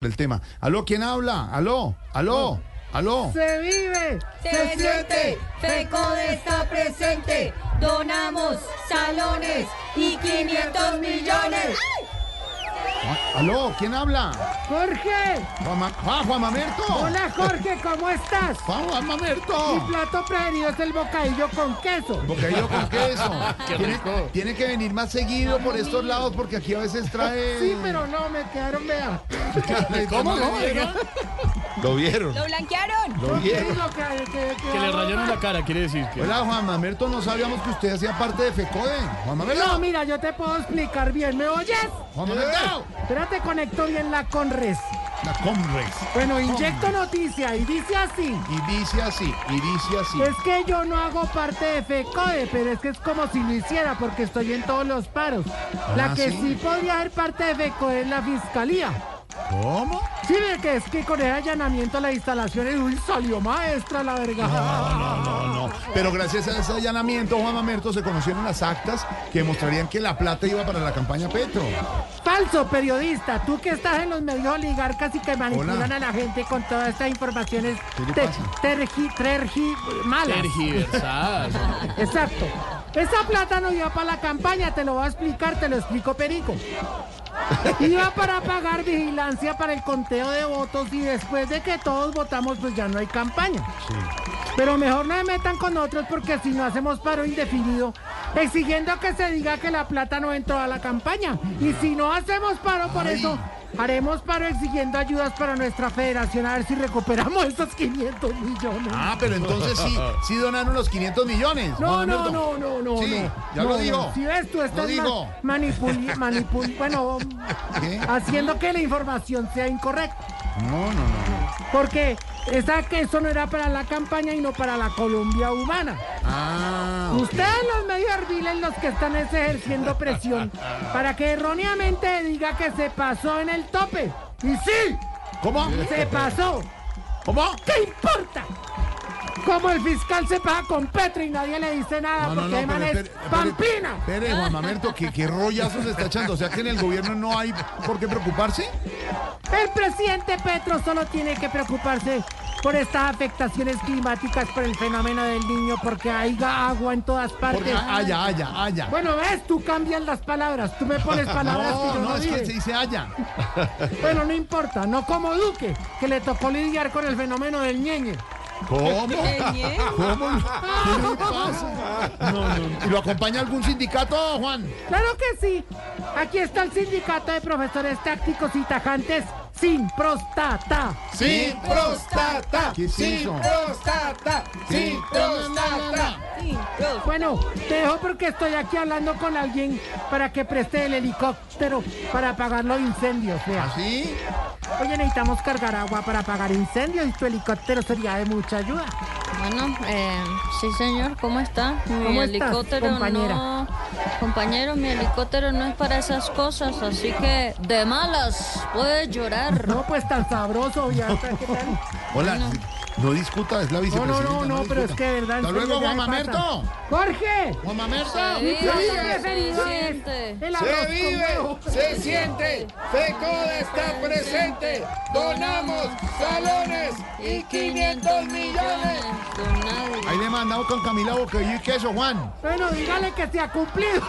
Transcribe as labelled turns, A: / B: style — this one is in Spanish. A: el tema. Aló, ¿quién habla? Aló, aló, aló.
B: Se vive,
C: Se, siente, FECO está presente. Donamos salones y 500 millones.
A: Ah, Aló, ¿quién habla?
B: Jorge.
A: Juan, Ma- ah, Juan Mamerto.
B: Hola Jorge, ¿cómo estás?
A: Juan, Juan
B: Mi
A: Mamerto.
B: plato preferido es el bocadillo con queso.
A: Bocadillo con queso. tiene, tiene que venir más seguido por estos lados porque aquí a veces trae.
B: Sí, pero no, me quedaron, vea.
A: ¿Cómo no? Lo vieron.
C: Lo blanquearon.
A: Lo
B: Sí,
A: vieron.
B: lo que, que- que-
D: Que le rayaron la cara, quiere decir que.
A: Hola, Juan Mamerto, no sabíamos que usted hacía parte de FECODE. Juan
B: No,
A: Mamerto.
B: mira, yo te puedo explicar bien, ¿me oyes?
A: Juan Mamerto.
B: Espérate, conecto bien la conres.
A: La Comres.
B: Bueno, inyecto noticia y dice así.
A: Y dice así, y dice así.
B: Es que yo no hago parte de FECODE, pero es que es como si lo hiciera porque estoy en todos los paros.
A: Ah,
B: La que
A: ¿sí?
B: sí podría ser parte de FECODE es la fiscalía.
A: ¿Cómo?
B: Sí, ve que es que con el allanamiento a la instalación uy, salió maestra la verga.
A: No, no. Pero gracias a ese allanamiento, Juan Mamerto, se conocieron las actas que mostrarían que la plata iba para la campaña Petro.
B: Falso periodista, tú que estás en los medios oligarcas y que manipulan
A: Hola.
B: a la gente con todas estas informaciones
A: ¿Qué le
B: te-
A: pasa?
B: tergi- tergi- malas.
D: Tergiversadas. hombre.
B: Exacto. Esa plata no iba para la campaña, te lo voy a explicar, te lo explico Perico. Iba para pagar vigilancia para el conteo de votos y después de que todos votamos pues ya no hay campaña. Pero mejor no me metan con otros porque si no hacemos paro indefinido, exigiendo que se diga que la plata no entró a la campaña. Y si no hacemos paro por
A: Ay.
B: eso, haremos paro exigiendo ayudas para nuestra federación a ver si recuperamos esos 500 millones.
A: Ah, pero entonces sí, sí donaron los 500 millones.
B: No,
A: Juan
B: no,
A: Mamerto.
B: no, no, no.
A: Sí,
B: no.
A: ya
B: No,
A: lo
B: no.
A: digo.
B: Si ves, tú estás
A: digo.
B: manipulando, bueno,
A: ¿Qué?
B: haciendo que la información sea incorrecta.
A: No, no, no.
B: Porque esa, que eso no era para la campaña y no para la Colombia humana.
A: Ah, ok.
B: Ustedes los medios ardiles los que están es ejerciendo presión para que erróneamente diga que se pasó en el tope. Y sí,
A: ¿Cómo?
B: se pasó.
A: ¿Cómo?
B: ¿Qué importa? Como el fiscal se pasa con Petro y nadie le dice nada Ah, porque el man
A: espere,
B: es
A: espere,
B: pampina.
A: espere, Juan Mamerto, que qué rollazo se está echando. O sea que en el gobierno no hay por qué preocuparse.
B: El presidente Petro solo tiene que preocuparse por estas afectaciones climáticas por el fenómeno del niño, porque hay ga- agua en todas
A: Porque ah,
B: partes.
A: haya, haya, haya.
B: Bueno, ves, tú cambias las palabras, tú me pones palabras que
A: No,
B: yo no,
A: no, es
B: dije.
A: que se dice haya.
B: Bueno, no importa, no como Duque, que le tocó lidiar con el fenómeno del ñeñe.
A: ¿Cómo?
C: Ñe.
A: ¿Cómo? ¿Qué le pasa? No, no. ¿Y lo acompaña algún sindicato, Juan?
B: Claro que sí, aquí está el sindicato de profesores tácticos y tajantes sin prostata.
A: Sí.
E: prostata,
A: ¿Qué es eso?
E: prostata,
A: Sí.
B: Bueno, te dejo porque estoy aquí hablando con alguien para que preste el helicóptero para apagar los incendios. Vea.
A: ¿Así?
B: Oye, necesitamos cargar agua para apagar incendios y tu helicóptero sería de mucha ayuda.
F: Bueno, eh, sí señor, ¿cómo está? Mi
B: ¿Cómo estás,
F: helicóptero
B: compañera?
F: no, compañero, mi helicóptero no es para esas cosas, así que de malas puede llorar.
B: No, pues tan sabroso, ya. ¿Qué tal?
A: Hola, no discuta, es la
B: No, no,
A: vicepresidenta.
B: no, no, pero es que de verdad. en
A: Hasta
B: serio,
A: luego,
B: ya
A: Juan
B: me
A: Mamerto.
B: pasa. ¡Jorge!
A: Juan Mamerto.
F: Se
B: Mi plato
F: vive,
B: preferido
F: se
B: es
F: siente.
B: el arroz
E: Se
B: con
E: vive,
B: huevo.
E: se siente, FECODE está presente, donamos salones y 500 millones.
F: Donado.
A: Ahí le mandamos con Camila Boca y queso, Juan.
B: Bueno, dígale que se ha cumplido.